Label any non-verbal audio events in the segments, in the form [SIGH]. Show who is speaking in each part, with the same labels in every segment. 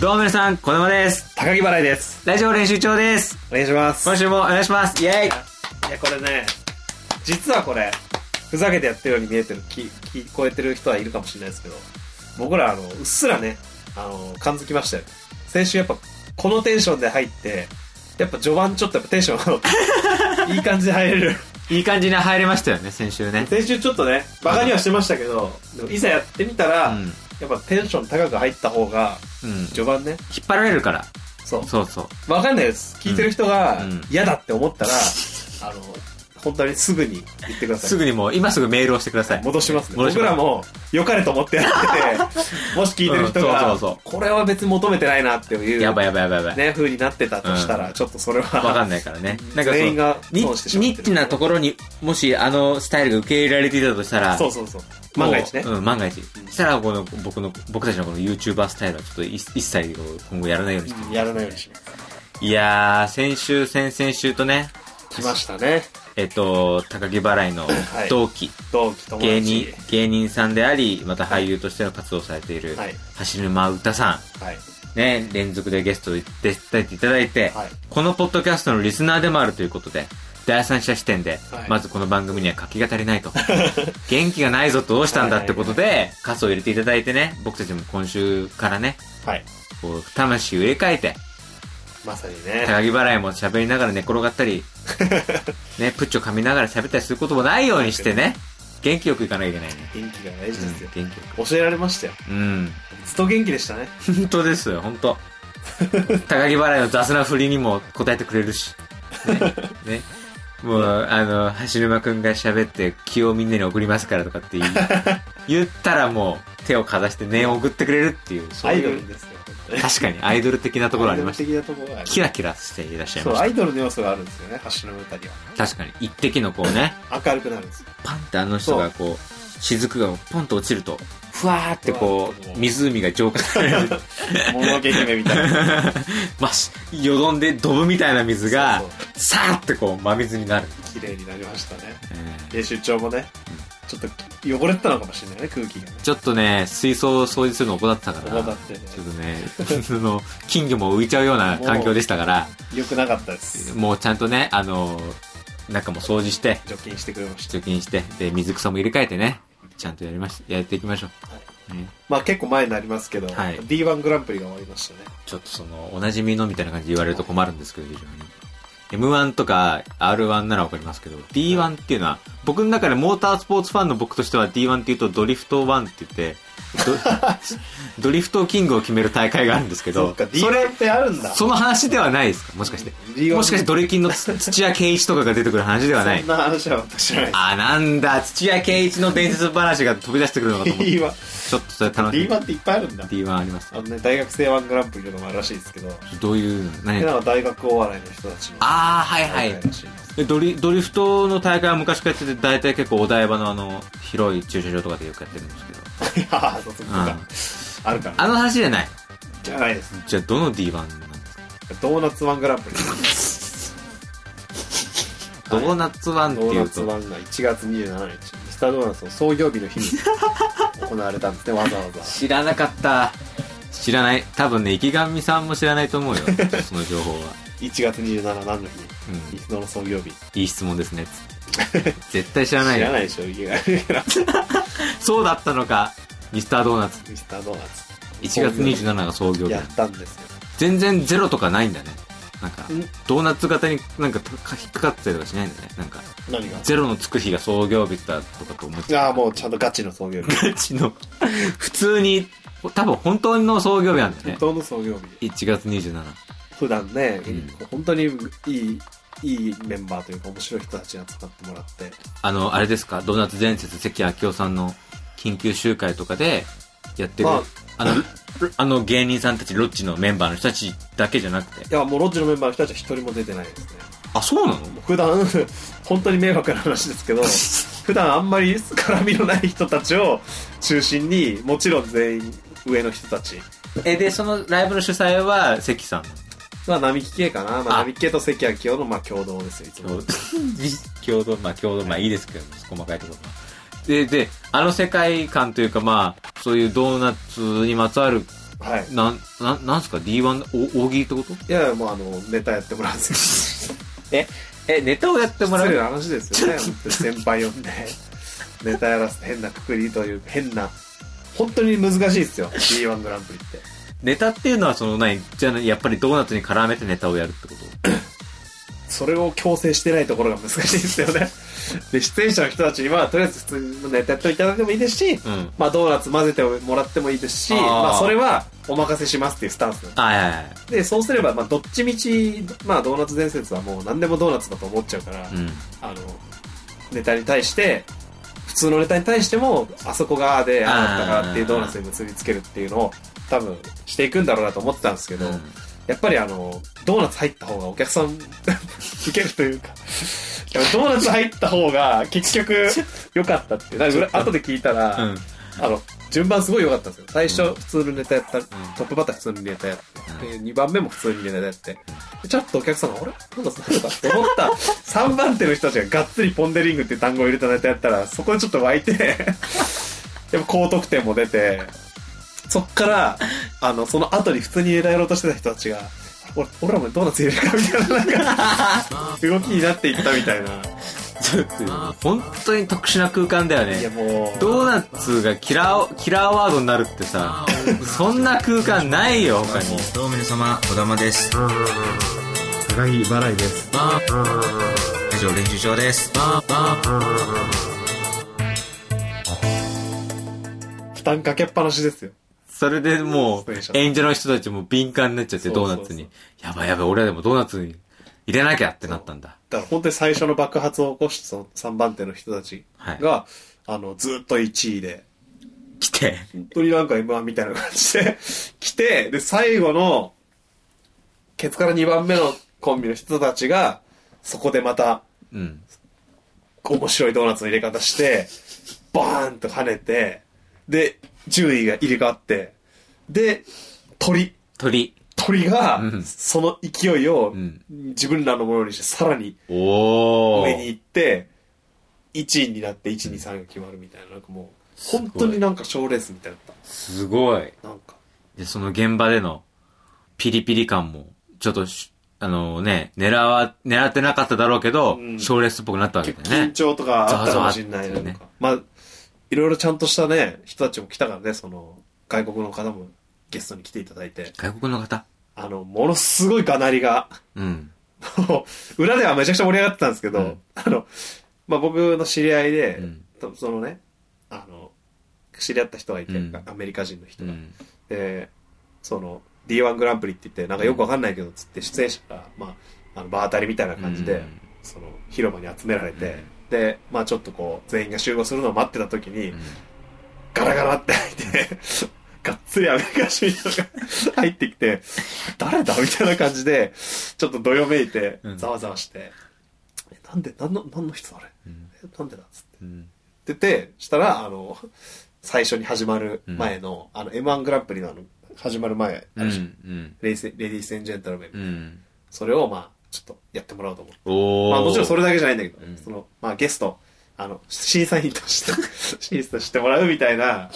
Speaker 1: どうも皆さん、こだまです。
Speaker 2: 高木払いです。
Speaker 1: ラジオ練習長です。
Speaker 2: お願いします。
Speaker 1: 今週もお願いします。イェイ
Speaker 2: いや、これね、実はこれ、ふざけてやってるように見えてる、き聞こえてる人はいるかもしれないですけど、僕ら、あの、うっすらね、あの、感づきましたよ。先週やっぱ、このテンションで入って、やっぱ序盤ちょっとやっぱテンション上が [LAUGHS] って、いい感じで入れる。
Speaker 1: いい感じに入れましたよね、先週ね。
Speaker 2: 先週ちょっとね、バカにはしてましたけど、でもいざやってみた
Speaker 1: う
Speaker 2: ら、
Speaker 1: ん。うん。
Speaker 2: やっぱテンション高く入った方が、
Speaker 1: 引っ
Speaker 2: 序盤ね、
Speaker 1: 張られるから。
Speaker 2: そう、
Speaker 1: そうそう。
Speaker 2: わかんないです。聞いてる人が
Speaker 1: うん
Speaker 2: 嫌だって思ったら、あの、本当にすぐに言ってください。
Speaker 1: すぐにもう、今すぐメールをしてください。
Speaker 2: 戻しますね。
Speaker 1: 戻します
Speaker 2: 僕らも良かれと思ってや
Speaker 1: [LAUGHS]
Speaker 2: ってて、もし聞いてる人
Speaker 1: う
Speaker 2: が
Speaker 1: んそうそうそ、
Speaker 2: これは別に求めてないなっていう、
Speaker 1: やばいやばいやばいやばい。
Speaker 2: ね、風になってたとしたら、ちょっとそれは、
Speaker 1: わかんないからね。なんかそう
Speaker 2: 全員が
Speaker 1: ニ
Speaker 2: 損してしまって
Speaker 1: ニ
Speaker 2: る
Speaker 1: ッチなところに、もしあのスタイルが受け入れられていたとしたら、
Speaker 2: そうそうそう。万が一ね
Speaker 1: も。ううん、万が一。したら、この、僕の、僕たちのこの YouTuber スタイルはちょっとい一切こう今後やらないようにして。
Speaker 2: やらないようにします。
Speaker 1: いやー、先週、先々週とね、
Speaker 2: 来ましたね。
Speaker 1: えっと、高木払いの
Speaker 2: はい
Speaker 1: 同期、
Speaker 2: 同期友達。
Speaker 1: 芸人、芸人さんであり、また俳優としての活動をされている、
Speaker 2: はい
Speaker 1: 橋沼歌さ
Speaker 2: はい。
Speaker 1: ん、ね、連続でゲストで出ていただいて、
Speaker 2: はい。
Speaker 1: このポッドキャストのリスナーでもあるということで、第三者視点で、
Speaker 2: はい
Speaker 1: まずこの番組には活気が足りない
Speaker 2: [LAUGHS]
Speaker 1: と。元気がないぞとどうしたんだってことで、カスを入れていただいてね、僕たちも今週からね、
Speaker 2: はい。
Speaker 1: こう、魂を入れ替えて、
Speaker 2: まさに
Speaker 1: [LAUGHS]
Speaker 2: ね。
Speaker 1: 高木払いも喋りながら寝転がった
Speaker 2: [LAUGHS]
Speaker 1: り、ね、プッチョ噛みながら喋ったりすることもないようにしてね、元気よくいかなきゃいけないね。
Speaker 2: 元気が大
Speaker 1: う
Speaker 2: 事ですよ
Speaker 1: ん、元。気よ
Speaker 2: 教えられましたよ。
Speaker 1: く。うん。
Speaker 2: ずっと元気でしたね。
Speaker 1: 本当ですよ、本当高木払いの雑な振りにも答えてくれるし。ね。ねもう、あの、橋沼くんが喋って気をみんなに送りますからとかって言い言ったらもう手をかざして念を送ってくれるっていう、そう
Speaker 2: アイド
Speaker 1: い
Speaker 2: ル
Speaker 1: う、
Speaker 2: ですよ。
Speaker 1: 確かにアイドル的なところありました。
Speaker 2: た。的なところがあり
Speaker 1: キラキラしていらっしゃい
Speaker 2: そう、
Speaker 1: まし
Speaker 2: アイドルの要素があるんですよね、橋の歌には。
Speaker 1: た。確かに、一滴のこうね、
Speaker 2: 明るくなるんですよ。
Speaker 1: パンってあの人がこう、雫がポンと落ちると、ふわーってこ
Speaker 2: ふわーってこ
Speaker 1: う、
Speaker 2: う
Speaker 1: 湖が浄化 [LAUGHS] される。
Speaker 2: もののけ姫みた
Speaker 1: [LAUGHS]
Speaker 2: いな。
Speaker 1: まあ、しよどんでドブみたいな水が
Speaker 2: そう、
Speaker 1: さーってこう、真水になる。
Speaker 2: 綺麗になりましたね。
Speaker 1: え
Speaker 2: で、出張もね、ちょっと汚れてたのかもしれないね、空気がね
Speaker 1: ー。ちょっとね、水槽を掃除するの怠ってたから、
Speaker 2: 重なっ
Speaker 1: ち
Speaker 2: てね、
Speaker 1: ょっとね、 [LAUGHS] その、金魚も浮いちゃうような環境でしたから、
Speaker 2: 良くなかったです。
Speaker 1: もうちゃんとね、あの、中も掃除して、
Speaker 2: 除菌してくれました。
Speaker 1: 除菌して、で、水草も入れ替えてね、ちゃんとやりまし、やっていきましょう。ね
Speaker 2: まあ結構前になりますけど、
Speaker 1: はい
Speaker 2: D1 グランプリが終わりましたね。
Speaker 1: ちょっとその、おなじみのみたいな感じで言われると困るんですけど、非常に。M1 とか R1 ならわかりますけど、D1 っていうのは、僕の中でモータースポーツファンの僕としては D1 っていうとドリフト1って言って、ドドリフトキングを決める大会があるんですけ
Speaker 2: そ
Speaker 1: ど
Speaker 2: っか、、
Speaker 1: それ
Speaker 2: D1 ってあるんだ。
Speaker 1: その話ではないですかもしかして。
Speaker 2: D1
Speaker 1: もしかしてドリキンのつ土屋圭一とかが出てくる話ではない
Speaker 2: そん。な話は私はない。
Speaker 1: あ、なんだ、土屋圭一の伝説話が飛び出してくるのかと思って、
Speaker 2: D1。
Speaker 1: ちょっとそれ楽しみ。
Speaker 2: D1 っていっぱいあるんだ。
Speaker 1: D1 あります
Speaker 2: あ。のね、大学生1グランプリとかもあるらしいですけど、
Speaker 1: どういう、何
Speaker 2: なんか大学お笑いの人たちの
Speaker 1: あー、はい
Speaker 2: 大
Speaker 1: はい
Speaker 2: 会。らしいです。 [LAUGHS]
Speaker 1: えドリドリフトの大会は昔からやってて大体結構お台場のあの広い駐車場とかでよくやってるんですけど
Speaker 2: ああ、そうそうか。あるかな。
Speaker 1: あの話じゃない
Speaker 2: じゃないです。
Speaker 1: じゃあどの D1 なんですか、
Speaker 2: ドーナツワングランプリ。はい
Speaker 1: ドーナツ1って
Speaker 2: ドー
Speaker 1: い
Speaker 2: ナ
Speaker 1: う
Speaker 2: ツ
Speaker 1: と
Speaker 2: ワンが1月27日、ミスタードーナツの創業日の日に行われたんですね、わざわざ。
Speaker 1: 知らなかった知らない多分ね池上さんも知らないと
Speaker 2: [LAUGHS]
Speaker 1: 思うよその情報は、
Speaker 2: 1月27何の日
Speaker 1: うん
Speaker 2: ミスドの創業日。
Speaker 1: いい質問ですねつって絶対知らない
Speaker 2: 知
Speaker 1: よ
Speaker 2: らないでしょ、池上が。
Speaker 1: そうだったのかミスタードーナツ
Speaker 2: ミスタードーナツ。
Speaker 1: 1月27が創業日
Speaker 2: やったんですよ。
Speaker 1: 全然ゼロとかないんだねなんか
Speaker 2: ん
Speaker 1: ドーナツ型になんか引っかかってたりとかしないんだねなんか
Speaker 2: 何が
Speaker 1: ゼロのつく日が創業日だとかと思って
Speaker 2: ああ、もうちゃんとガチの創業日。
Speaker 1: うちの普通に多分本当の創業日なんだ
Speaker 2: 本
Speaker 1: ね
Speaker 2: 当の創業日。
Speaker 1: 1月27
Speaker 2: 普段ね
Speaker 1: うん、
Speaker 2: 本当にいい、いいメンバーというか面白い人たちに集まってもらって。
Speaker 1: あのあれですかドーナツ伝説関明夫さんの緊急集会とかでやってる、
Speaker 2: ま
Speaker 1: あ、のあの芸人さんたちロッチのメンバーの人たちだけじゃなくて
Speaker 2: いや、もうロッジのメンバーの人たちは一人も出てないですね。
Speaker 1: あそうなの
Speaker 2: 普段本当に迷惑な話です
Speaker 1: [LAUGHS]
Speaker 2: けど普段あんまり絡みのない人たちを中心にもちろん全員上の人たち
Speaker 1: えでそのライブの主催は関さん
Speaker 2: まあ並木系かな、ま
Speaker 1: あ
Speaker 2: あ、並木系と関明夫のまあ共同ですよいつも
Speaker 1: [LAUGHS] 共同まあ共同まあいいですけど細かいところはでであの世界観というかまあそういうドーナツにまつわる
Speaker 2: はい。
Speaker 1: なん、なん、なんすか ?D1、お、大喜利ってこと
Speaker 2: いや、もうあの、ネタやってもらうんですよ。
Speaker 1: え、ネタをやって [LAUGHS] もら
Speaker 2: 失礼
Speaker 1: う
Speaker 2: な話ですよね。本当に先輩呼んで、ネタやらせて変なくくりという、変な、本当に難しいですよ。B1
Speaker 1: [LAUGHS]
Speaker 2: グランプリって。
Speaker 1: ネタっていうのはその、ない、じゃあやっぱりドーナツに絡めてネタをやるってこと
Speaker 2: それを強制してないところが難しいですよ
Speaker 1: [LAUGHS]
Speaker 2: ね。で、出演者の人たちには、とりあえず普通のネタやっていただいてもいいですし、
Speaker 1: うん。
Speaker 2: まあドーナツ混ぜてもらってもいいですし、
Speaker 1: あー
Speaker 2: まあそれはお任せしますっていうスタンスなんです
Speaker 1: [COUGHS] はいはいはい。
Speaker 2: で、そうすれば、まあどっちみち、まあドーナツ伝説はもう何でもドーナツだと思っちゃうから、
Speaker 1: うん。
Speaker 2: あの、ネタに対して、普通のネタに対しても、あそこがああで、ああだったからっていうドーナツに結びつけるっていうのを、多分していくんだろうなと思ってたんですけど、
Speaker 1: うん
Speaker 2: やっぱりあの、ドーナツ入った方がお客さん [LAUGHS] 受けるというか、やっぱドーナツ入った方が結局良かったって。だから裏後で聞いたら、
Speaker 1: うん。
Speaker 2: あの、順番すごい良かったんですよ。最初
Speaker 1: うん
Speaker 2: 普通のネタやった、トップバッター普通のネタやって、で、2番目も普通にネタやって、でちょっとお客さんが、あれなんだそうだって思った、3番 [LAUGHS] 手の人たちががっつりポンデリングっていう単語を入れたネタやったら、そこでちょっと湧いて、 [LAUGHS] でも高得点も出て、そっから、あの、その後に普通にネタやろうとしてた人たちが、俺俺らもドーナツ入れるかみたいな、なんか、動きになっていったみたいな。
Speaker 1: ちょっと、本当に特殊な空間だよ
Speaker 2: い
Speaker 1: ね。
Speaker 2: やもう、
Speaker 1: ドーナツがキラー、キラーワードになるってさ、そんな空間ないよ、他に。
Speaker 3: どうも皆様、小玉です。高木払いです。以上練習場です。
Speaker 2: 負担かけっぱなしですよ。
Speaker 1: それでもう
Speaker 2: 失礼しちゃ、った
Speaker 1: 演者の人たちも敏感になっちゃって、
Speaker 2: そうそ
Speaker 1: ド
Speaker 2: うそう
Speaker 1: ーナツに。やばいやばい、俺らでもドーナツに入れなきゃってなったんだ。
Speaker 2: だから本当に最初の爆発を起こしたその3番手の人たちが、あの、ずっと1位で、
Speaker 1: 来て。
Speaker 2: 本当になんか M1 みたいな感じで [LAUGHS] 来て、で、最後の、ケツから2番目のコンビの人たちが、そこでまた、
Speaker 1: うん。
Speaker 2: 面白いドーナツの入れ方して、バーンと跳ねて、で、順位が入れ替わって、で、鳥、
Speaker 1: 鳥。
Speaker 2: 鳥が
Speaker 1: う、ん
Speaker 2: その勢いを
Speaker 1: ん、
Speaker 2: 自分らのものにして、さらに
Speaker 1: おー。
Speaker 2: 上に行って1位になって123が決まるみたいななんかもう本当になんか賞レースみたいだっ
Speaker 1: すごい。
Speaker 2: たなんか
Speaker 1: で、その現場でのピリピリ感も、ちょっとし、あのね、狙わ、狙ってなかっただろうけど
Speaker 2: うん、
Speaker 1: 賞、レースっぽくなったわけ
Speaker 2: 結構
Speaker 1: だよ
Speaker 2: 緊
Speaker 1: ね。
Speaker 2: 張とかあったかもしれな
Speaker 1: ざわざわあ
Speaker 2: いな
Speaker 1: ったよ
Speaker 2: ん
Speaker 1: ね
Speaker 2: かまあいろいろちゃんとしたね人たちも来たからねその外国の方もゲストに来ていただいて
Speaker 1: 外国の方
Speaker 2: あのものすごいがなりが [LAUGHS]
Speaker 1: うん。
Speaker 2: 裏ではめちゃくちゃ盛り上がってたんですけど、
Speaker 1: うん
Speaker 2: あの、まあ、僕の知り合いで、
Speaker 1: うん
Speaker 2: とそのねあの知り合った人がいて、
Speaker 1: うん
Speaker 2: アメリカ人の人
Speaker 1: う
Speaker 2: が、
Speaker 1: ん。
Speaker 2: で、その、D1 グランプリって言って、なんかよくわかんないけど、つって出演者が、まあ、あの、場当たりみたいな感じで、
Speaker 1: うん
Speaker 2: その、広場に集められて、
Speaker 1: うん
Speaker 2: で、まあちょっとこう、全員が集合するのを待ってた時に、
Speaker 1: うん
Speaker 2: ガラガラって開いて、 [LAUGHS] がっつりアメリカ人の人が [LAUGHS] 入ってきて、誰だみたいな感じで、ちょっとどよめいて
Speaker 1: う、ん
Speaker 2: ざわざわして、えなんで、なんの、なんの人あれ
Speaker 1: うん
Speaker 2: えなんでだっつって。
Speaker 1: うん。
Speaker 2: ってて、したら、あの、最初に始まる前の、あの、M1 グランプリのあの、始まる前、あ
Speaker 1: う
Speaker 2: るじゃん
Speaker 1: ん。
Speaker 2: レイセレディース・エン・ジェントルメン、
Speaker 1: うん。
Speaker 2: それをまあちょっとやってもらおうと思って
Speaker 1: おー。
Speaker 2: まあもちろんそれだけじゃないんだけど、
Speaker 1: うん
Speaker 2: そのまあゲストあの審査員として
Speaker 1: [LAUGHS]
Speaker 2: 審査してもらうみたいな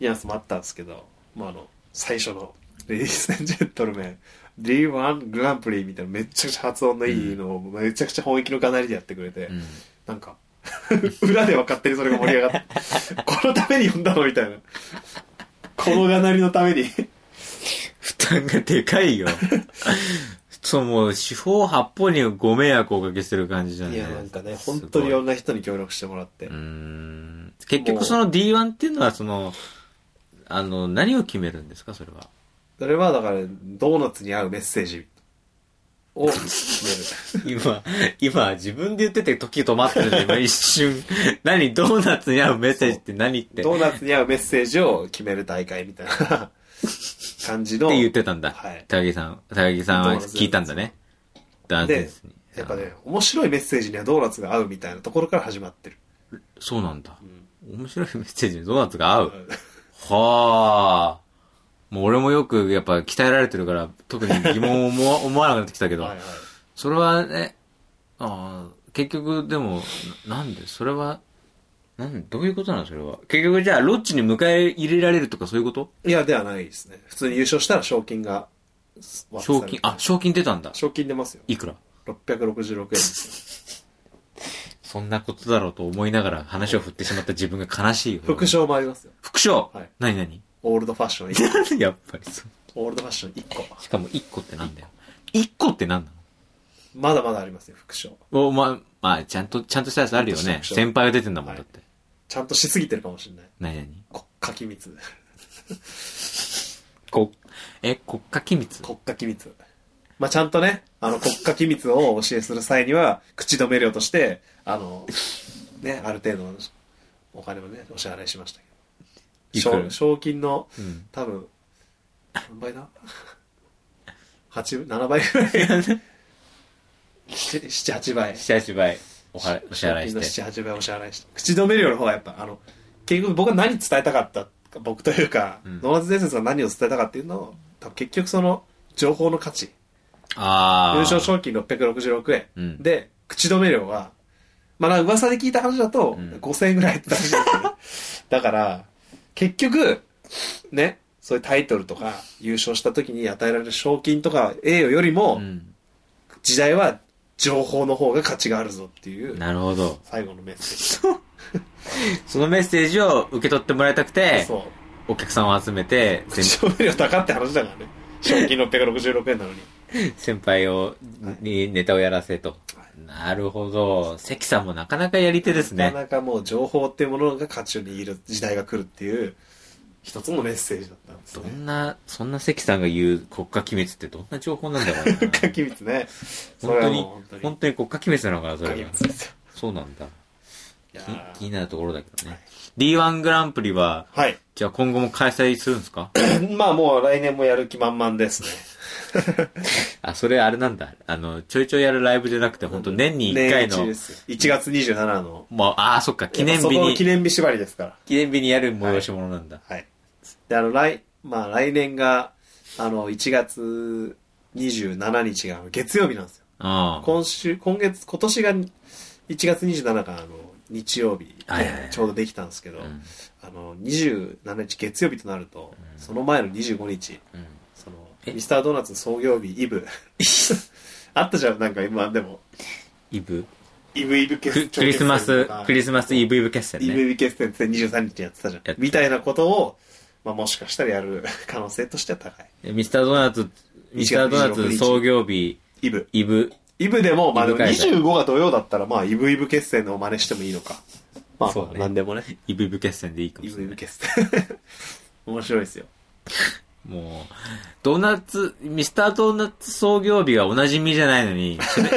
Speaker 2: ニュアンスもあったんですけど、まあ、あの最初のレディース・エン・ジェントルメン D1 グランプリみたいなめちゃくちゃ発音のいいのをめちゃくちゃ本気のがなりでやってくれて、
Speaker 1: うん。
Speaker 2: なんか [LAUGHS] 裏では勝手にそれが盛り上 [LAUGHS] がってこのために呼んだのみたいなこのがなりのために
Speaker 1: 負担がでかいよ。 [LAUGHS] そう、もう、四方八方にご迷惑をおかけしてる感じじゃない
Speaker 2: いや、なんかね、本当にい
Speaker 1: すご
Speaker 2: ろ
Speaker 1: い
Speaker 2: んな人に協力してもらって。
Speaker 1: うーん。結局その D1 っていうのは、その、あの、何を決めるんですか、それは。
Speaker 2: それはだから、ドーナツに合うメッセージ
Speaker 1: [LAUGHS]
Speaker 2: を決め
Speaker 1: [LAUGHS] 今、今、自分で言ってて時止まってるんで、今一瞬、 [LAUGHS] 何、ドーナツに合うメッセージって何って、
Speaker 2: る。
Speaker 1: っ
Speaker 2: ドーナツに合うメッセージを決める大会みたい
Speaker 1: [LAUGHS]
Speaker 2: な感じの。
Speaker 1: て言ってたんだ。
Speaker 2: はい
Speaker 1: 高木さん、高木さんは聞いたんだね。ダンスで
Speaker 2: です
Speaker 1: に。、
Speaker 2: やっぱね、面白いメッセージにはドーナツが合うみたいなところから始まってる。
Speaker 1: そうなんだ。面白いメッセージにドーナツが合う。
Speaker 2: う
Speaker 1: はあ。もう俺もよくやっぱ鍛えられてるから、特に疑問を思わ思わなくなってきたけ
Speaker 2: ん
Speaker 1: ど、
Speaker 2: はいはい。
Speaker 1: それはね、ああ、結局でも、ななんで、それは、なん、どういうことなのそれは。結局じゃあ、ロッチに迎え入れられるとかそういうこと
Speaker 2: いや、ではないですね。普通に優勝したら賞金が渡され
Speaker 1: 賞
Speaker 2: る、
Speaker 1: 金、あ、賞金出たんだ。
Speaker 2: 賞金出ますよ。
Speaker 1: いくら
Speaker 2: 666円です
Speaker 1: そんなことだろうと思いながら話を振ってしまった自分が悲しいよ
Speaker 2: よ。。副賞もありますよ。
Speaker 1: 副賞
Speaker 2: はい
Speaker 1: 何何 [LAUGHS]
Speaker 2: オールドファッション1個。
Speaker 1: やっぱりそう。
Speaker 2: オールドファッション1個。
Speaker 1: しかも1個ってなんだよ。1個ってなんな
Speaker 2: まだまだありますよ、副賞。
Speaker 1: のお、まあ、まあ、ちゃんと、ちゃんとしたやつあるよ
Speaker 2: ちゃん
Speaker 1: ね
Speaker 2: と。した
Speaker 1: 先輩が出てんだもん、
Speaker 2: はい
Speaker 1: だって。
Speaker 2: ちゃんとしすぎてるかもしれない。
Speaker 1: 何何
Speaker 2: 国家機密。
Speaker 1: こ、え、国家機密
Speaker 2: 国家機密。まあ、ちゃんとね、あの、国家機密をお教えする際には、口止め料として、あの、ね、ある程度のお金をね、お支払いしましたけ
Speaker 1: いく
Speaker 2: ど。
Speaker 1: ら
Speaker 2: 賞賞金の、
Speaker 1: うん。
Speaker 2: 多分、何倍だ ?8、7倍ぐらい。7、8倍。
Speaker 1: 七八倍、おは、お支払い
Speaker 2: 賞金の
Speaker 1: して。
Speaker 2: 7、8倍お支払いして。口止め料の方がやっぱ、あの、結局僕は何伝えたかったか、僕というか、
Speaker 1: うん
Speaker 2: ノーマルズ伝説が何を伝えたかっていうのを、多分結局その、情報の価値。
Speaker 1: ああ。
Speaker 2: 優勝賞金666円、
Speaker 1: うん
Speaker 2: で口止め料はまあなんか噂で聞いた話だと、
Speaker 1: うん
Speaker 2: 5000円ぐらいって話
Speaker 1: [LAUGHS]
Speaker 2: だけどだから結局ねそういうタイトルとか優勝した時に与えられる賞金とか栄誉より
Speaker 1: う
Speaker 2: も、
Speaker 1: ん。
Speaker 2: 時代は情報の方が価値があるぞっていう
Speaker 1: なるほど。
Speaker 2: 最後のメッセージ
Speaker 1: そのメッセージを受け取ってもらいたくて、
Speaker 2: そう
Speaker 1: お客さんを集めて、先
Speaker 2: 口止め料高って話だからね賞金666円なのに
Speaker 1: [LAUGHS] 先輩を、にネタをやらせと。
Speaker 2: は
Speaker 1: なるほど。関さんもなかなかやり手です
Speaker 2: なか
Speaker 1: ね。
Speaker 2: なかもう情報っていうものが価値を握る時代が来るっていう一つのメッセージだったんです
Speaker 1: ど
Speaker 2: ね
Speaker 1: んな、そんな関さんが言う国家機密ってどんな情報なんだろうな。 [LAUGHS]
Speaker 2: 国 [LAUGHS] 家機密ね。そ
Speaker 1: 本
Speaker 2: れ
Speaker 1: 当
Speaker 2: は
Speaker 1: に
Speaker 2: もう、
Speaker 1: 本当に国家機密なのかな、そ
Speaker 2: 国家
Speaker 1: れ
Speaker 2: 機
Speaker 1: が。
Speaker 2: 密ですよ。
Speaker 1: そうなんだ。
Speaker 2: いや
Speaker 1: き気
Speaker 2: ー
Speaker 1: になるところだけどね。D1 グランプリは、
Speaker 2: はい。
Speaker 1: じゃあ今後も開催するんですか
Speaker 2: まあもう来年もやる気満々ですね。
Speaker 1: あ、それあれなんだ。あの、ちょいちょいやるライブじゃなくて、本当年に1回
Speaker 2: 年一
Speaker 1: の
Speaker 2: で、すよ1月27の。
Speaker 1: もう、ああ、そっか、記念
Speaker 2: そ
Speaker 1: 日
Speaker 2: この
Speaker 1: に、
Speaker 2: 記念日縛りですから。
Speaker 1: 記念日にやる催し物なんだ。
Speaker 2: はい。で、あの、来、まあ来年が、あの、1月27日があの月曜日なんですよ。
Speaker 1: ああ。
Speaker 2: 今週、今月、今年が1月27日があの、日曜日
Speaker 1: はいはいは、い
Speaker 2: ちょうどできたんですけど、
Speaker 1: うん
Speaker 2: あの、27日月曜日となると、その前の25日、
Speaker 1: うん
Speaker 2: そ
Speaker 1: え
Speaker 2: の、ミスタードーナツの創業日、
Speaker 1: [LAUGHS]
Speaker 2: イブ。あったじゃん、なんか今でも。
Speaker 1: イブ
Speaker 2: イブイブ決
Speaker 1: ククリスマス、クリ
Speaker 2: ス
Speaker 1: スマスイブイブ決戦
Speaker 2: イブイ
Speaker 1: ね。
Speaker 2: ブ決戦って23日にやってたじ
Speaker 1: て
Speaker 2: ゃん
Speaker 1: た。
Speaker 2: みたいなことを、まあもしかしたらやる可能性としては高い。
Speaker 1: ミスタードーナツ、ミスタードーナツ創業日、
Speaker 2: イブ。
Speaker 1: イブ。
Speaker 2: イブでも、まあでも
Speaker 1: イブ開催
Speaker 2: 25が土曜だったら、まあイブイブ決戦の真似してもいいのか。まあ、
Speaker 1: そう
Speaker 2: ま
Speaker 1: だ
Speaker 2: あ
Speaker 1: ね
Speaker 2: なんでもね。
Speaker 1: イブイブ決戦でいいかも
Speaker 2: イ
Speaker 1: し
Speaker 2: ブ
Speaker 1: れ
Speaker 2: イ
Speaker 1: な
Speaker 2: ブ
Speaker 1: い。
Speaker 2: 決戦。 [LAUGHS] 面白いですよ。
Speaker 1: もう、ドーナツ、ミスタードーナツ創業日はおなじみじゃないのに、それ、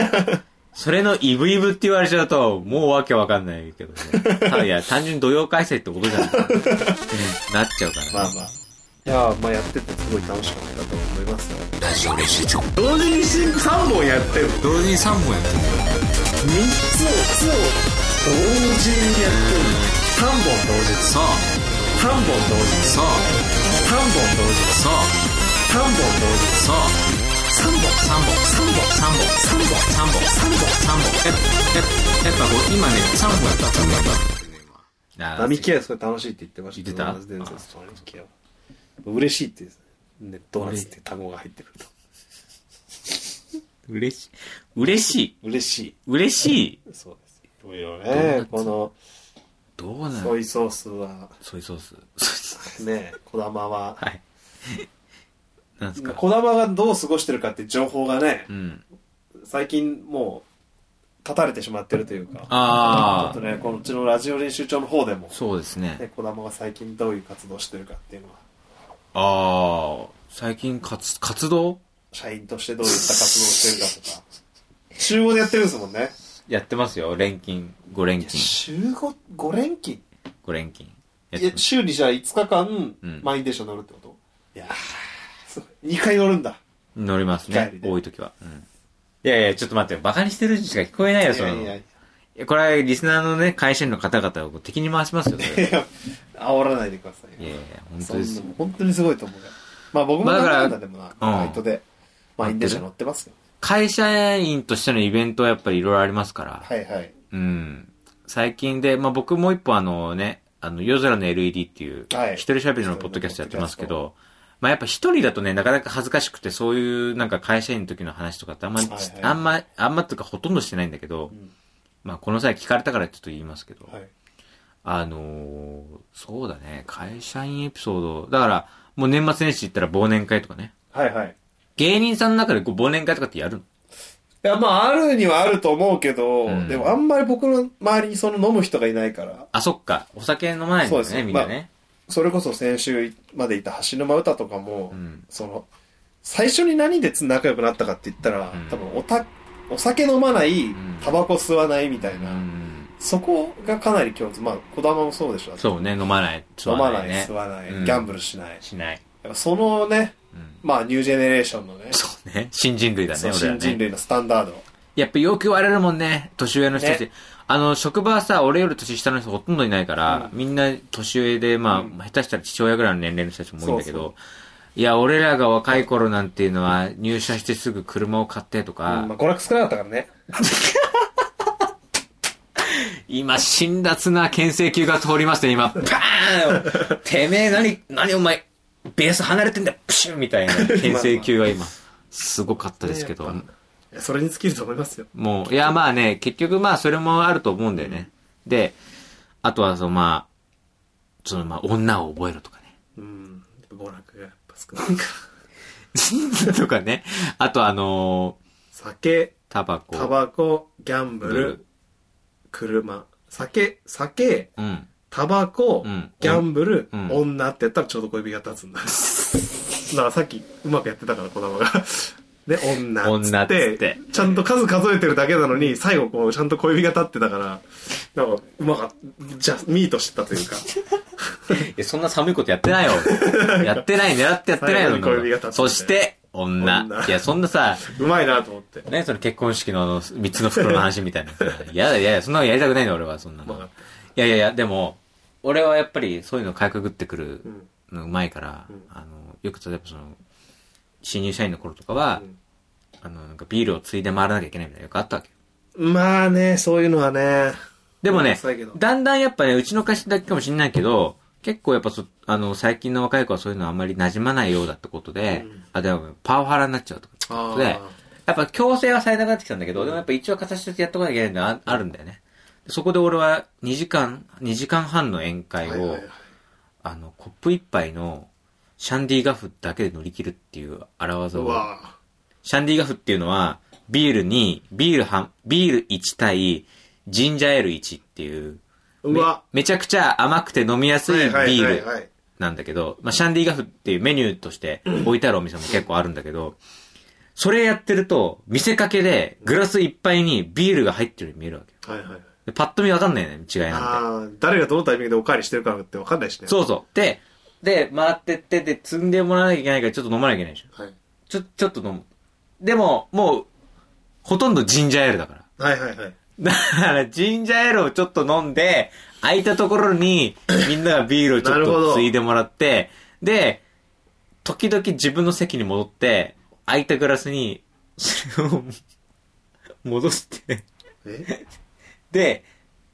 Speaker 1: それのイブイブって言われちゃうと、もうわけわかんないけどね。ただいや、単純に土曜開催ってことじゃないうんなっちゃうからね。
Speaker 2: まあまあ。いやーまあやっててすごい楽しかったと思いますよ。
Speaker 3: ラジオ練習長
Speaker 2: 同時に3本やってる。
Speaker 3: 同時に3本やってる
Speaker 2: 3つを、つを同時にやってる。3本同時です。
Speaker 3: そう
Speaker 2: 3本同時です。
Speaker 3: そう
Speaker 2: 3本同時です。
Speaker 3: そう
Speaker 2: 3本同時です。
Speaker 3: そう
Speaker 2: 3本、
Speaker 3: 3
Speaker 2: 3本、
Speaker 3: 本3本
Speaker 2: 3本、
Speaker 3: 3本
Speaker 2: 3本。
Speaker 3: 3本やっぱやっぱやっぱこう今ね3本やった3本やった
Speaker 1: あー
Speaker 2: 並木屋すごい楽しいって言ってました
Speaker 1: 言ってた
Speaker 2: ドーナツ伝説と並木屋は。嬉しいって言うんですね。ドーナツって単語が入ってくると。
Speaker 1: 嬉しい。嬉しい。
Speaker 2: 嬉しい。
Speaker 1: 嬉しい。
Speaker 2: そうです。いろいろ
Speaker 1: ドーナ
Speaker 2: ね
Speaker 1: ツ、
Speaker 2: この
Speaker 1: どうな
Speaker 2: ソ
Speaker 1: の
Speaker 2: イソースは、
Speaker 1: ソイソース。ソイソース
Speaker 2: ね、こだまは。
Speaker 1: はい。なんですか
Speaker 2: こだまがどう過ごしてるかって情報がね
Speaker 1: う、ん。
Speaker 2: 最近もう断たれてしまってるというか
Speaker 1: あー
Speaker 2: ちょっとねこのうちのラジオ練習帳の方でも
Speaker 1: そうですね。
Speaker 2: ね児玉が最近どういう活動してるかっていうのは
Speaker 1: ああ、最近活、活動
Speaker 2: 社員としてどういった活動をしてるかとか週5でやってるんですもんね
Speaker 1: やってますよ。錬金、5連勤、
Speaker 2: 週 5, 5連勤
Speaker 1: 5連勤。やっ
Speaker 2: いや
Speaker 1: てます。
Speaker 2: 週にじゃあ5日間
Speaker 1: うん
Speaker 2: 満員電車乗るってこと、いや2回乗るんだ
Speaker 1: 乗ります
Speaker 2: 帰
Speaker 1: ね
Speaker 2: り。で
Speaker 1: 多い時は。うん。いやいや、ちょっと待ってよ。バカにしてるしか聞こえない
Speaker 2: い
Speaker 1: よ、その。いやこれはリスナーのね、会社員の方々を敵に回します [LAUGHS] よ、それ。い
Speaker 2: いや煽らないでください
Speaker 1: やい
Speaker 2: よ
Speaker 1: や、本
Speaker 2: そ
Speaker 1: 当
Speaker 2: ん
Speaker 1: で
Speaker 2: な
Speaker 1: すよ。
Speaker 2: 本当にすごいと思うよまあ僕も
Speaker 1: まあ
Speaker 2: なん
Speaker 1: だから
Speaker 2: だかんだでもな、
Speaker 1: うん
Speaker 2: バイトで満員電車乗ってますよ
Speaker 1: 会社員としてのイベントはやっぱりいろいろありますから。
Speaker 2: はいはい
Speaker 1: うん。最近で、まあ、僕もう一本あのね、あの、夜空の LED っていう、
Speaker 2: はい
Speaker 1: 一人喋りのポッドキャストやってますけど、まあ、やっぱ一人だとね、なかなか恥ずかしくて、そういうなんか会社員の時の話とかってあんま、
Speaker 2: はいはい
Speaker 1: あんま、あんまっていうかほとんどしてないんだけど、
Speaker 2: ん
Speaker 1: まあ、この際聞かれたからちょっと言いますけど、
Speaker 2: はい。
Speaker 1: あのーそうだね、会社員エピソード、だから、もう年末年始行ったら忘年会とかね、
Speaker 2: はいはい。
Speaker 1: 芸人さんの中でこう忘年会とかってやるの
Speaker 2: いや、まあ、あるにはあると思うけど、
Speaker 1: うん
Speaker 2: でもあんまり僕の周りにその飲む人がいないから、
Speaker 1: あ、そっか、お酒飲まないんだ
Speaker 2: そう
Speaker 1: よ
Speaker 2: ですね
Speaker 1: ね、みんなね。
Speaker 2: それこそ先週までいた橋沼歌とかも、
Speaker 1: うん
Speaker 2: その、最初に何でつ仲良くなったかって言ったら、
Speaker 1: うん
Speaker 2: 多分おた、お酒飲まない
Speaker 1: ん、
Speaker 2: タバコ吸わないみたいうな、
Speaker 1: ん
Speaker 2: そこがかなり共通。まあ、小玉もそうでしょ。
Speaker 1: そうね、飲まない。吸
Speaker 2: 飲まない、
Speaker 1: ね
Speaker 2: 吸わない、
Speaker 1: うん
Speaker 2: ギャンブルしない。
Speaker 1: しない。
Speaker 2: やっぱそのね、
Speaker 1: うん
Speaker 2: まあ、ニュージェネレーションのね、
Speaker 1: そうね。新人類だね、
Speaker 2: そう
Speaker 1: 俺ら
Speaker 2: 新人
Speaker 1: ね。
Speaker 2: 類のスタンダード。
Speaker 1: やっぱよく言われるもんね、年上の人たち
Speaker 2: ね。
Speaker 1: あの、職場はさ、俺より年下の人ほとんどいないから、みんな年上で、ま
Speaker 2: うん
Speaker 1: あ、下手したら父親ぐらいの年齢の人たちも多いんだけ
Speaker 2: そうそ
Speaker 1: ど、いや、俺らが若い頃なんていうのは、入社してすぐ車を買ってと
Speaker 2: うんま
Speaker 1: か
Speaker 2: あ、、娯楽少なかったからね。
Speaker 1: 今、辛辣な牽制球が通りましたね、今。パーンてめえ、何、何お前、ベース離れてんだよプシュンみたい [LAUGHS] な牽制球が今、すごかったですけど。
Speaker 2: それに尽きると思いますよ。
Speaker 1: もう、いや、まあね、結局まあ、それもあると思うんだよね。で、あとは、そのまあ、そのまあ、女を覚えるとかね。
Speaker 2: うん。娯楽がやっぱ少ない。
Speaker 1: とかね。 [LAUGHS] あと、あの
Speaker 2: 酒、
Speaker 1: ータバコ。
Speaker 2: タバコ、ギャンブ
Speaker 1: ブ
Speaker 2: ル
Speaker 1: ル、
Speaker 2: 車、酒、酒、
Speaker 1: うん。
Speaker 2: タバコ、
Speaker 1: うん
Speaker 2: ギャンブル、
Speaker 1: うん
Speaker 2: 女ってやったらちょうど小指が立つ
Speaker 1: [LAUGHS]
Speaker 2: んだ。だからさっきうま [LAUGHS] くやってたから、子供が。で、女っつって。
Speaker 1: 女っつって
Speaker 2: ちゃんと数数えてるだけなのに、最後こう、ちゃんと小指が立ってたから、なんか、うまかった。じゃ、ミートしてたと
Speaker 1: [LAUGHS]
Speaker 2: いうか。
Speaker 1: いや、そんな寒いことやってないよ。やってない、狙ってやって [LAUGHS] ない
Speaker 2: 最後に小指が
Speaker 1: よ
Speaker 2: 立つんだよ。
Speaker 1: そして、女。
Speaker 2: 女
Speaker 1: いや、そんなさ、
Speaker 2: うまいなと思って。
Speaker 1: ね、その結婚式のあの、三つの袋の話みたいな。いやだ、いやいや、そんなのやりたくないの、俺は、そんな
Speaker 2: うま
Speaker 1: の。
Speaker 2: かっ
Speaker 1: いやいやいや、でも、俺はやっぱりそういうのかいくぐってくる
Speaker 2: た。うん。
Speaker 1: のうまいから、
Speaker 2: うん
Speaker 1: あの、よく例えばその、新入社員の頃とかは、
Speaker 2: うん
Speaker 1: あの、なんかビールをついで回らなきゃいけないみたいなのよくあったわけよ。
Speaker 2: まあね、そういうのはね。
Speaker 1: でも
Speaker 2: うる
Speaker 1: ね
Speaker 2: さいけど、
Speaker 1: だんだんやっぱね、うちの会社だけかもしれないけど、結構やっぱそ、あの、最近の若い子はそういうのあんまり馴染まないようだってことで、
Speaker 2: うん
Speaker 1: あ、でもパワハラになっちゃうとかってことで、やっぱ強制はされなくなってきたんだけど、でもやっぱ一応形としてやっとかなきゃいけないのはああるんだよね。そこで俺は2時間、2時間半の宴会を、
Speaker 2: はいはいはい
Speaker 1: あの、コップ一杯のシャンディガフだけで乗り切るっていう荒技
Speaker 2: う
Speaker 1: を。
Speaker 2: わぁ。
Speaker 1: シャンディガフっていうのは、ビールに、ビール半、ビール1対、ジンジャーエール1っていう、
Speaker 2: うわ
Speaker 1: めめちゃくちゃ甘くて飲みやすいビール
Speaker 2: はい。
Speaker 1: なんだけど、まあ、シャンディガフっていうメニューとして置いてあるお店も結構あるんだけど、それやってると、見せかけでグラスいっぱいにビールが入ってるように見えるわけよ。
Speaker 2: はいはい。
Speaker 1: でパッと見わかんないよね、違いなんて。
Speaker 2: ああ、誰がどのタイミングでおかわりしてるかって分かんないしね。う。
Speaker 1: そうそう。で、で、回ってって、で、積んでもらわなきゃいけないからちょっと飲まなきゃいけないでしょ。
Speaker 2: はい、
Speaker 1: ちょ、ちょっと飲む。でも、もう、ほとんどジンジャーエールだから。
Speaker 2: はいはいはい。
Speaker 1: だから、ジンジャーエールをちょっと飲んで、空いたところ
Speaker 2: [COUGHS]
Speaker 1: に、みんながビールをち
Speaker 2: な
Speaker 1: ょ
Speaker 2: る
Speaker 1: っ
Speaker 2: ほど
Speaker 1: とついでもらって、で、時々自分の席に戻って、空いたグラスに、 [LAUGHS] それを、戻して、
Speaker 2: え
Speaker 1: で、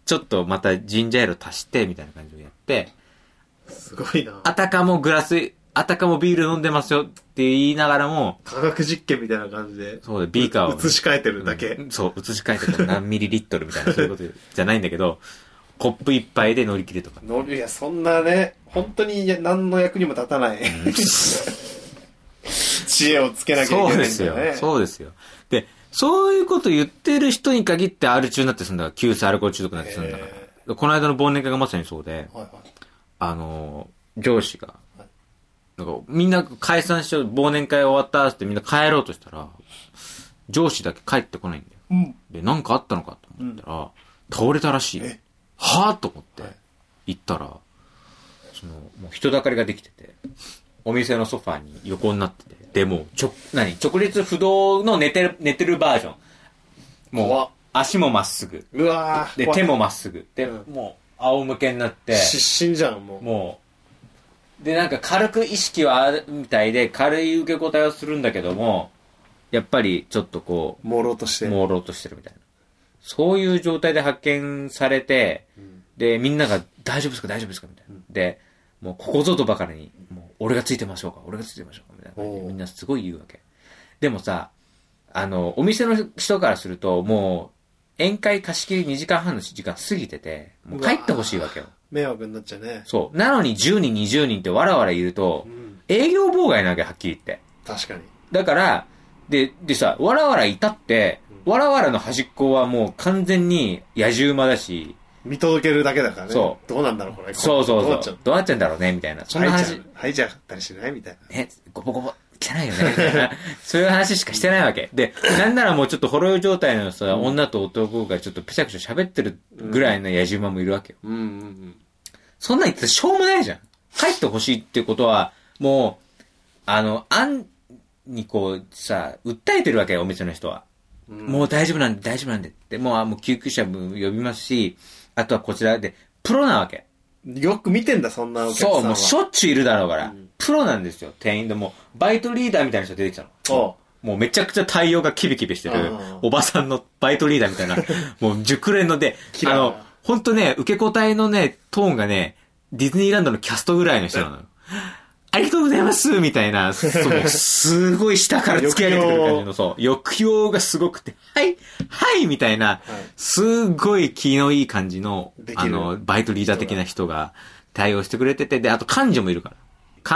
Speaker 1: ちょっとまたジンジャーエールを足して、みたいな感じをやって、
Speaker 2: すごいな。
Speaker 1: あたかもグラス、あたかもビール飲んでますよって言いながらも、
Speaker 2: 科学実験みたいな感じで。
Speaker 1: そうだビーカーをね
Speaker 2: 移し替えてるだけ。
Speaker 1: うんそう、移し替えてたら何ミリリットルみたいな、そういうことじゃないんだけど、コップ一杯で乗り切るとか。
Speaker 2: 乗る、いや、そんなね、本当にいや何の役にも立たない。 [LAUGHS] 知恵をつけなきゃい
Speaker 1: そう
Speaker 2: け
Speaker 1: で
Speaker 2: ないん
Speaker 1: す
Speaker 2: だよ
Speaker 1: よ
Speaker 2: ね。。う
Speaker 1: そうですよ。で、そういうこと言ってる人に限って R 中になってすんだから、急性アルコール中毒になってすんだから。でこの間の忘年会がまさにそうで、
Speaker 2: はいはい。
Speaker 1: あのー、上司が
Speaker 2: はい、
Speaker 1: なんかみんな解散しよう、忘年会終わったっつってみんな帰ろうとしたら、上司だけ帰ってこないんだよ。
Speaker 2: うん。
Speaker 1: で、なんかあったのかと思ったら、倒れたらしいよ
Speaker 2: え。
Speaker 1: はぁと思って
Speaker 2: はい、
Speaker 1: 行ったら、その、もう人だかりができてて、お店のソファーに横になってて、で、もう、ちょ、何直立不動の寝てる、寝てるバージョン。
Speaker 2: 怖
Speaker 1: も
Speaker 2: っ
Speaker 1: う、足もまっすぐ。
Speaker 2: うわぁ。
Speaker 1: で、
Speaker 2: 怖い
Speaker 1: 手。もまっすぐ。で、
Speaker 2: うん
Speaker 1: もう、仰向けになって、
Speaker 2: 失神じゃん、もう。
Speaker 1: もう、で、なんか軽く意識はあるみたいで、軽い受け答えをするんだけども、やっぱり、ちょっとこう、
Speaker 2: 朦朧として。
Speaker 1: 朦朧としてるみたいな。そういう状態で発見されて、で、みんなが大丈夫ですか大丈夫ですかみたいな。で、もうここぞとばかりに、もう俺がついてましょうか俺がついてましょうかみたいな感じで
Speaker 2: おう
Speaker 1: みんなすごい言うわけ。でもさ、あの、お店の人からすると、もう、宴会貸し切り2時間半の時間過ぎてて、もう帰ってほしいわけよ。
Speaker 2: 迷惑になっちゃうね。
Speaker 1: そう。なのに10人、20人ってわらわらいると
Speaker 2: う、ん。
Speaker 1: 営業妨害なわけ、はっきり言って。
Speaker 2: 確かに。
Speaker 1: だから、で、でさ、わらわらいたって、わらわらの端っこはもう完全に野獣馬だし、
Speaker 2: 見届けるだけだからね。。
Speaker 1: そう
Speaker 2: どうなんだろう、これ。
Speaker 1: そうそう
Speaker 2: ど
Speaker 1: そう
Speaker 2: なっちゃう
Speaker 1: う、どうなっちゃうんだろうね、みたいな。そんな
Speaker 2: 吐いちゃ
Speaker 1: 話
Speaker 2: う、。吐いちゃったりしないみたいな。
Speaker 1: ね、ごぼごぼ、汚いよね、みたいな。 [LAUGHS] そういう話しかしてないわけ。で、なんならもうちょっとほろ酔い状態のさ、女と男がちょっとペシャクシャ喋ってるぐらいの野獣馬もいるわけよ。
Speaker 2: うんうんうん。
Speaker 1: そんなん言ってしょうもないじゃん。帰ってほしいってことは、もう、あの、案にこう、さ、訴えてるわけよ、お店の人は。もう大丈夫なんで、大丈夫なんでって。もう、あもう救急車も呼びますし、あとはこちらで、プロなわけ。
Speaker 2: よく見てんだ、そんなお客さん
Speaker 1: そ
Speaker 2: は。
Speaker 1: う、もうしょっちゅういるだろうから。プロなんですよ、店員で。もうバイトリーダーみたいな人出てきたの。
Speaker 2: おう
Speaker 1: もうめちゃくちゃ対応がキビキビしてる
Speaker 2: ああ、
Speaker 1: おばさんのバイトリーダーみ
Speaker 2: [LAUGHS]
Speaker 1: たいな、もう熟練ので、
Speaker 2: キラ
Speaker 1: あ
Speaker 2: ーな
Speaker 1: の、ほんとね、受け答えのね、トーンがね、ディズニーランドのキャストぐらいの人
Speaker 2: [LAUGHS]
Speaker 1: なのよ。ありがとうございますみたいな、そう、すごい下から突き上げてくる感じの、そう、抑揚がすごくて、はいはいみたいな、すごい気のいい感じの
Speaker 2: で、き
Speaker 1: あ
Speaker 2: る
Speaker 1: の、バイトリーダー的な人が対応してくれてて、で、あと幹事もいるから。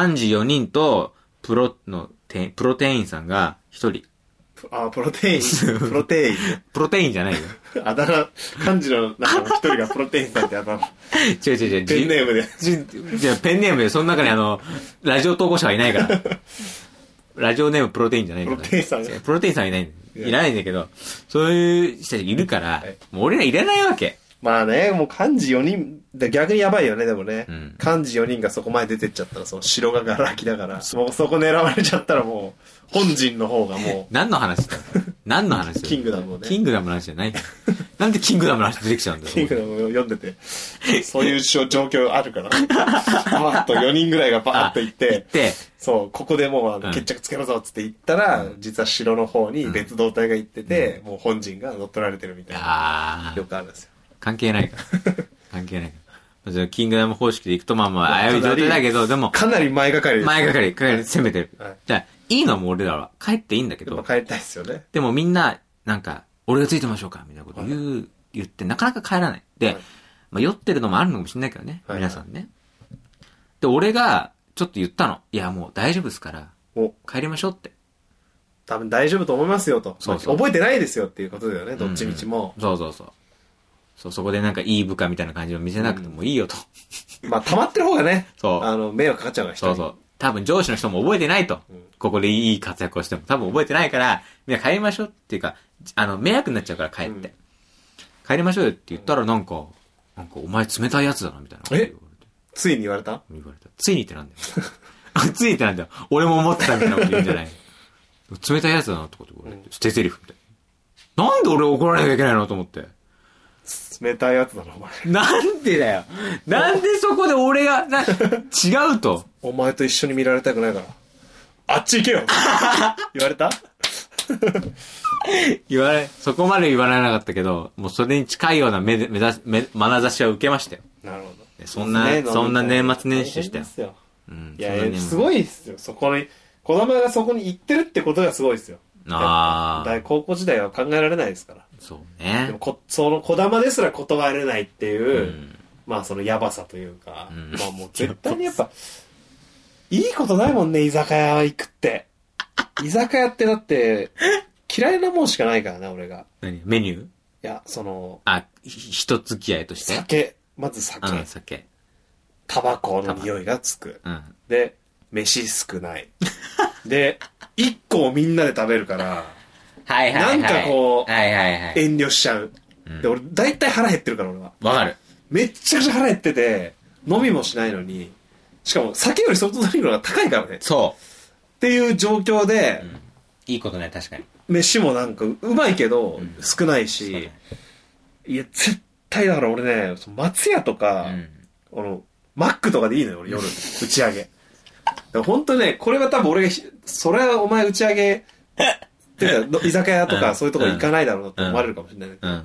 Speaker 1: 幹事4人と、プロの店、プロ店員さんが1人。
Speaker 2: あ、プ
Speaker 1: [LAUGHS]
Speaker 2: ロテイン。プロテイン。
Speaker 1: プロテインじゃないよ。 [LAUGHS]
Speaker 2: [LAUGHS] あだ名、漢字の中の一人がプロテインさんってあだ名。
Speaker 1: 違う違う違う。
Speaker 2: ペンネームで。
Speaker 1: ム。じゃあペンネームで、その中にあの、ラジオ投稿者はいないから。ラジオネームプロテインじゃないから。
Speaker 2: プロテインさん
Speaker 1: 違うプロテインさんはいない。
Speaker 2: や
Speaker 1: いらないんだけど、そういう人たちいるから、
Speaker 2: い
Speaker 1: もう俺らいらないわけ。
Speaker 2: まあね、もう漢字4人、で逆にやばいよね、でもね。
Speaker 1: うん
Speaker 2: 漢字4人がそこまで出てっちゃったら、その城がガラ空きだから、もうそこ狙われちゃったらもう、本人の方
Speaker 1: [LAUGHS]
Speaker 2: がも
Speaker 1: 何の話
Speaker 2: [LAUGHS]
Speaker 1: だよ何の話だよ
Speaker 2: キングダムをね
Speaker 1: キングダムの話じゃないから。なんでキングダムの話出てきちゃうんだ
Speaker 2: う、
Speaker 1: よ。
Speaker 2: [LAUGHS] キングダムを読んでて、そういう状況あるから、バーッと4人ぐらいがバーッと行っ、
Speaker 1: 行ってて、
Speaker 2: そう、ここでもうあの
Speaker 1: うん
Speaker 2: 決着つけろぞっつって行ったら、実は城の方に別動隊が行ってて、もう本人が乗っ取られてるみたいな、
Speaker 1: あ
Speaker 2: よ
Speaker 1: ー、
Speaker 2: くあるんですよ。
Speaker 1: 関係ない
Speaker 2: [LAUGHS]
Speaker 1: から。関係ないから。まずキングダム方式で行くとまあまあ危うい状態だけど、でも、
Speaker 2: かなり前がかりです。
Speaker 1: 前がかり、かかり攻めてる
Speaker 2: はい。
Speaker 1: じゃあ、いいのはもう俺らは帰っていいんだけ
Speaker 2: やっ
Speaker 1: ど、
Speaker 2: ぱ帰りたいですよね。
Speaker 1: でもみんな、なんか、俺がついてましょうかみたいなこと言う、言って、なかなか帰らない。
Speaker 2: はい
Speaker 1: で、まあ酔ってるのもあるのかもしれないけどね、
Speaker 2: はいは
Speaker 1: 皆
Speaker 2: い
Speaker 1: さんね。で、俺が、ちょっと言ったの。いや、もう大丈夫ですから、
Speaker 2: お、
Speaker 1: 帰りましょうって。
Speaker 2: 多分大丈夫と思いますよと。
Speaker 1: そうそう
Speaker 2: 覚えてないですよっていうことだよね、どっちみちも。
Speaker 1: そうそうそう。そう、そこでなんかいい部下みたいな感じを見せなくてもいいよと。
Speaker 2: まあ、溜まってる方がね、
Speaker 1: そう
Speaker 2: あの、迷惑かかっちゃうから、
Speaker 1: そ
Speaker 2: 人に
Speaker 1: うそう。多分上司の人も覚えてないと。ここでいい活躍をしても多分覚えてないから、みんな帰りましょうっていうか、あの、迷惑になっちゃうから帰って。
Speaker 2: うん
Speaker 1: 帰りましょうよって言ったらなんか、なんかお前冷たいやつだなみたいなこと言われて。
Speaker 2: ついに言われた
Speaker 1: 言われた。ついにってなんだよ。 [LAUGHS] あついにってなんだよ。俺も思ってたみたいなこと言うんじゃない。 [LAUGHS] 冷たいやつだなってこと言われて。捨て台詞みたいな。なんで俺怒らなきゃいけないのと思って。
Speaker 2: 冷たいやつだな、お前。
Speaker 1: なんでだよ。なんでそこで俺が、な、違うと。
Speaker 2: お前と一緒に見られたくないから。あっち行けよ
Speaker 1: [LAUGHS]
Speaker 2: 言われた
Speaker 1: 言われ、そこまで言われなかったけど、もうそれに近いような目で、目指す、目、眼差しは受けましたよ。
Speaker 2: なるほど。
Speaker 1: そんな
Speaker 2: です
Speaker 1: そんな年末年始
Speaker 2: 大
Speaker 1: でし
Speaker 2: 変
Speaker 1: たよ
Speaker 2: すよ。
Speaker 1: うん。
Speaker 2: いや
Speaker 1: そんなに、も
Speaker 2: すごいですよ。そこに、子供がそこに行ってるってことがすごいですよ。
Speaker 1: あー
Speaker 2: だ高校時代は考えられないですから。
Speaker 1: そう
Speaker 2: で
Speaker 1: ね
Speaker 2: も。こその小玉ですら断れないっていう、
Speaker 1: ん
Speaker 2: まあそのやばさというか、
Speaker 1: ん
Speaker 2: まあもう絶対にや
Speaker 1: [LAUGHS]
Speaker 2: っぱ、いいことないもんね、居酒屋行くって。居酒屋ってだって、嫌いなもんしかないからね、俺が。
Speaker 1: 何メニュー
Speaker 2: いや、その、
Speaker 1: あ、ひ人付き合いとして。
Speaker 2: 酒、まず酒、
Speaker 1: うん、酒。
Speaker 2: タバコの匂いがつく。
Speaker 1: うん。
Speaker 2: で、飯少ない。で、一個をみんなで食べるから、
Speaker 1: はいはいはい。
Speaker 2: なんかこう
Speaker 1: はいはいはい。
Speaker 2: 遠慮しちゃう。で、俺、大体腹減ってるから、俺は。
Speaker 1: わかる。
Speaker 2: めっちゃくちゃ腹減ってて、飲みもしないのに、しかも酒よりソフトドリンクの方が高いからね。っ
Speaker 1: そう。
Speaker 2: ていう状況で、
Speaker 1: いいことない、確かに。
Speaker 2: 飯もなんかううまいけど、少ないし、いや、絶対だから俺ね、その松屋と
Speaker 1: う
Speaker 2: か、
Speaker 1: ん。
Speaker 2: あの、マックとかでいいのよ、俺夜、打ち上げ。だから本当ね、これは多分俺がひ、それはお前打ち上げ、ってかの居酒屋と
Speaker 1: う
Speaker 2: か
Speaker 1: ん
Speaker 2: そういうとこ行かないだろうなって思われるかもしれないけど、
Speaker 1: うん。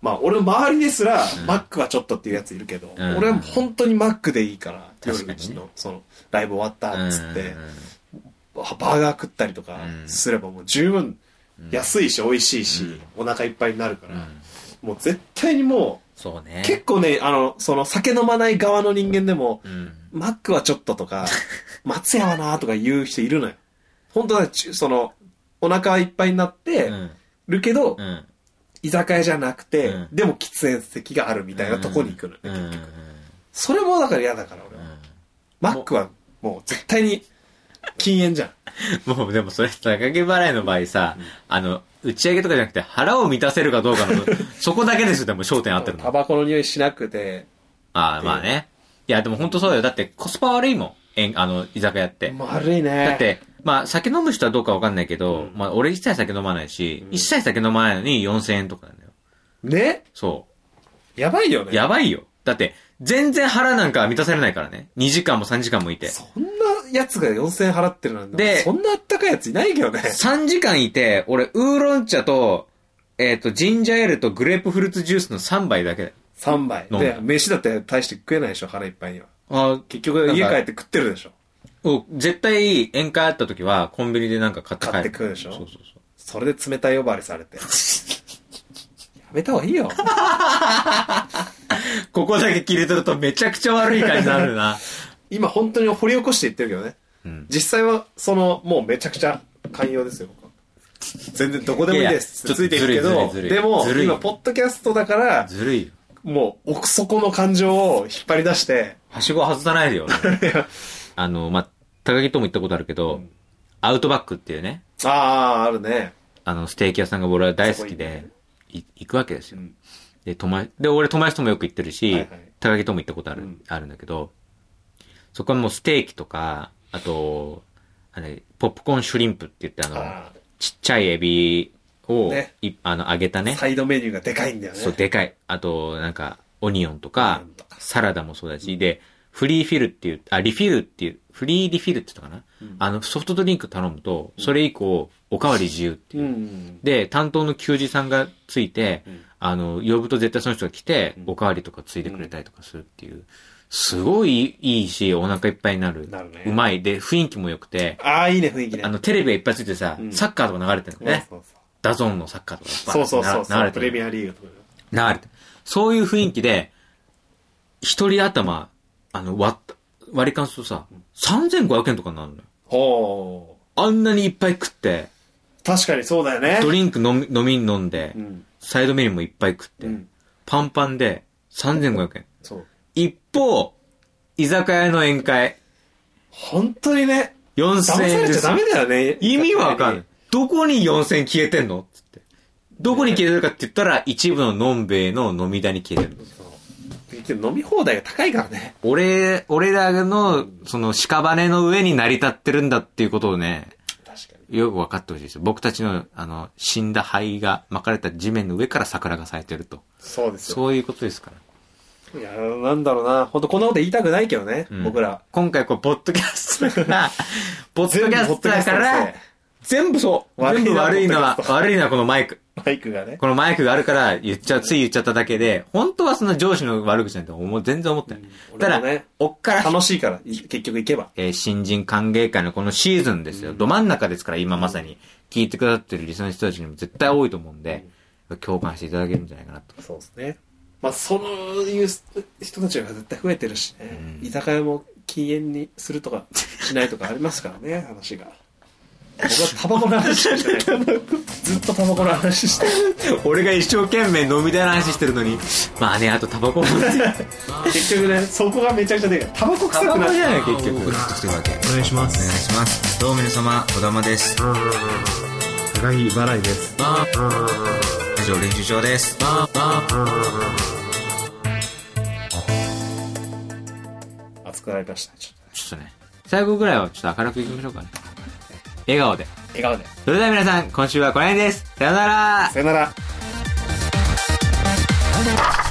Speaker 2: まあ俺の周りですら
Speaker 1: うん
Speaker 2: マックはちょっとっていうやついるけど、
Speaker 1: うん
Speaker 2: 俺は本当にマックでいいから
Speaker 1: 確かに
Speaker 2: 夜うちのそのライブ終わったっつっ
Speaker 1: う
Speaker 2: て、
Speaker 1: ん
Speaker 2: バーガー食ったりとか
Speaker 1: うん
Speaker 2: すればもう十分
Speaker 1: うん
Speaker 2: 安いし美味しいし、お腹いっぱいになるか
Speaker 1: う
Speaker 2: ら、
Speaker 1: ん
Speaker 2: もう絶対にも
Speaker 1: そうね
Speaker 2: う結構ねあのその酒飲まない側の人間でも
Speaker 1: うん
Speaker 2: マックはちょっと
Speaker 1: [LAUGHS]
Speaker 2: とか松屋はなとか言う人いるのよ本当はそのお腹いっぱいになって
Speaker 1: うん
Speaker 2: るけど、
Speaker 1: うん
Speaker 2: 居酒屋じゃなくて、
Speaker 1: うん
Speaker 2: でも喫煙席があるみたいなとこに行くのね、
Speaker 1: うんうん
Speaker 2: それもだから嫌だから俺は、マックはもう絶対に禁煙じゃん
Speaker 1: うんもうでもそれ高木払いの場合さ、あの打ち上げとかじゃなくて腹を満たせるかどうか
Speaker 2: [LAUGHS]
Speaker 1: のそこだけですよでも焦点合ってるの
Speaker 2: タバコの匂いしなくて
Speaker 1: ああまあねいやでも本当そうだよだってコスパ悪いもんえんあの居酒屋って
Speaker 2: 悪いね
Speaker 1: だって、まあ、酒飲む人はどうかわかんないけど、
Speaker 2: うん
Speaker 1: まあ、俺一切酒飲まないし、
Speaker 2: うん
Speaker 1: 一切酒飲まないのに4000円とかなんだよ。
Speaker 2: ね
Speaker 1: そ
Speaker 2: やばい
Speaker 1: う。
Speaker 2: よね
Speaker 1: やばいよ。だって、全然腹なんか満たされないからね。2時間も3時間もいて。
Speaker 2: そんなやつが4000円払ってるなんて
Speaker 1: で
Speaker 2: そんなあったかいやついないけどね
Speaker 1: 3時間いて、俺、ウーロン茶と、えっ、と、ジンジャーエールとグレープフルーツジュースの3杯だけだよ。
Speaker 2: 3杯
Speaker 1: 飲ん
Speaker 2: で
Speaker 1: だ
Speaker 2: 飯だって大して食えないでしょ腹いっぱいには
Speaker 1: あ
Speaker 2: 結局
Speaker 1: なん
Speaker 2: 家
Speaker 1: か
Speaker 2: 帰って食ってるでしょ
Speaker 1: お絶対、宴会あった時は、コンビニでなんか買って帰る。
Speaker 2: 買って食うでしょ
Speaker 1: そうそうそう。
Speaker 2: それで冷たい呼ばわり
Speaker 1: [LAUGHS]
Speaker 2: されてやめた方がいいよ
Speaker 1: ここだけ切り取るとめちゃくちゃ悪い感じになるな。
Speaker 2: 今本当に掘り起こして言ってるけどね
Speaker 1: うん。
Speaker 2: 実際はそのもうめちゃくちゃ寛容ですよ僕は全然どこでもいいです
Speaker 1: いやいや
Speaker 2: ついていくけど
Speaker 1: ちょっとずるいずるいずるい
Speaker 2: でも
Speaker 1: ずるい
Speaker 2: 今ポッドキャストだから
Speaker 1: ずるいよ。
Speaker 2: もう奥底の感情を引っ張り出して
Speaker 1: はしご外さないで
Speaker 2: [LAUGHS]
Speaker 1: よ。あの、まあ、高木とも行ったことあるけど、
Speaker 2: うん
Speaker 1: アウトバックっていうね、
Speaker 2: あああるね
Speaker 1: あの、ステーキ屋さんが俺は大好き
Speaker 2: そ
Speaker 1: で、い行くわけですよ。
Speaker 2: うん
Speaker 1: で、友達、で、俺友達ともよく行ってるし、
Speaker 2: はいはい
Speaker 1: 高木とも行ったことある、
Speaker 2: うん
Speaker 1: あるんだけど、そこはもうステーキとか、あと、あれ、ポップコーンシュリンプって言ってあの、
Speaker 2: あ
Speaker 1: ちっちゃいエビを、
Speaker 2: ね
Speaker 1: いあの、揚げた
Speaker 2: ー
Speaker 1: ね。
Speaker 2: サイドメニューがでかいんだよね
Speaker 1: そう、でかい。あと、なんか、オニオンとか
Speaker 2: オニオンとか、
Speaker 1: サラダもそうだし、で、フリーフィルっていう、あ、リフィルっていう、フリーリフィルって言ったかな、
Speaker 2: うん
Speaker 1: あの、ソフトドリンク頼むと、それ以降、おかわり自由っていう。
Speaker 2: うん
Speaker 1: で、担当の給仕さんがついて、
Speaker 2: うん
Speaker 1: あの、呼ぶと絶対その人が来て、
Speaker 2: うん
Speaker 1: おかわりとかついてくれたりとかするっていう、すごいいいし、お腹いっぱいになる。
Speaker 2: なるね
Speaker 1: うまい。で、雰囲気も良くて、
Speaker 2: ああいいね雰囲気ね
Speaker 1: あの、テレビがいっぱいついてさ、
Speaker 2: うん
Speaker 1: サッカーとか流れてるのね。
Speaker 2: そうそう
Speaker 1: ダゾーンのサッカーとか
Speaker 2: そうそう
Speaker 1: バー
Speaker 2: そう
Speaker 1: って
Speaker 2: そ
Speaker 1: な
Speaker 2: う
Speaker 1: 流れて
Speaker 2: プ
Speaker 1: る
Speaker 2: レミアリーグとか
Speaker 1: 流れてそういう雰囲気で、一人頭、あの、割った、割り勘するとさ、3500円とかになるのよ。
Speaker 2: ほう
Speaker 1: あんなにいっぱい食って、
Speaker 2: 確かにそうだよね
Speaker 1: ドリンク飲み、飲みに飲んで
Speaker 2: う、ん
Speaker 1: サイドメニューもいっぱい食っ
Speaker 2: う
Speaker 1: て、
Speaker 2: ん
Speaker 1: パンパンで3500円。
Speaker 2: そう
Speaker 1: 一方、居酒屋の宴会、
Speaker 2: 本当にね
Speaker 1: 4000
Speaker 2: 騙さ
Speaker 1: 円
Speaker 2: れ
Speaker 1: で
Speaker 2: ちゃ
Speaker 1: す
Speaker 2: ダ。メだよね
Speaker 1: 意味わかんない。どこに4000円消えてんのつって。どこに消えてるかって言ったら、一部ののんべえの飲みだに消えてる。
Speaker 2: 結局飲み放題が高いからね。
Speaker 1: 俺、俺らの、その、屍の上に成り立ってるんだっていうことをね、
Speaker 2: 確かに。
Speaker 1: よく分かってほしいですよ。僕たちの、あの、死んだ灰が巻かれた地面の上から桜が咲いてると。
Speaker 2: そうですよ。
Speaker 1: そういうことですから。
Speaker 2: いや、なんだろうな。本当こんなこと言いたくないけどね。
Speaker 1: うん
Speaker 2: 僕ら。。
Speaker 1: 今回、こう、ポッドキャスト
Speaker 2: [LAUGHS]
Speaker 1: が、ポッドキャストだか
Speaker 2: 全部ポッドキャスト
Speaker 1: ら
Speaker 2: ですね、
Speaker 1: 全部そう。
Speaker 2: 悪い
Speaker 1: 全部
Speaker 2: な
Speaker 1: 悪いのは
Speaker 2: ポッドキャス、ト
Speaker 1: 悪いのはこのマイク。
Speaker 2: マイクがね。
Speaker 1: このマイクがあるから、言っちゃう、つい言っちゃっただけで、本当はそんな上司の悪口なんて思う、全然思ってない。
Speaker 2: うん
Speaker 1: た
Speaker 2: 俺も
Speaker 1: だ
Speaker 2: ね、
Speaker 1: おっから
Speaker 2: 楽しいから、い結局行けば。
Speaker 1: えー新人歓迎会のこのシーズンですよ。ど真ん中ですから、今まさに。聞いてくださってる理想の人たちにも絶対多いと思うん
Speaker 2: [LAUGHS]
Speaker 1: で、共感していただけるんじゃないかなと。
Speaker 2: そうですね。まあ、そういう人たちが絶対増えてるしね。
Speaker 1: うん
Speaker 2: 居酒屋も禁煙にするとか、しないとかありますから
Speaker 3: [LAUGHS]
Speaker 2: ね、話が。僕はタバコの話してない。ずっとタバコの話してる。
Speaker 1: 俺が一生懸命飲みたいな話してるのに、まあね、あとタバコも。タ
Speaker 2: 結局ね、そこがめちゃくちゃでかい。 [LAUGHS] タバコ臭くな
Speaker 1: バ
Speaker 2: っ
Speaker 1: コじゃない、
Speaker 3: 結
Speaker 1: 結
Speaker 3: 局
Speaker 1: 局。
Speaker 3: するわけお願いしますお願いしますどうも皆様小玉です高木払いです以上練習場です
Speaker 2: 熱くなりました。ちょっと
Speaker 1: ちょっとね、最後ぐらいはちょっと明るくいきましょうかね。笑顔で。
Speaker 2: 笑顔で。
Speaker 1: それでは皆さん、今週はこの辺です。さよなら
Speaker 2: さよなら。
Speaker 4: 「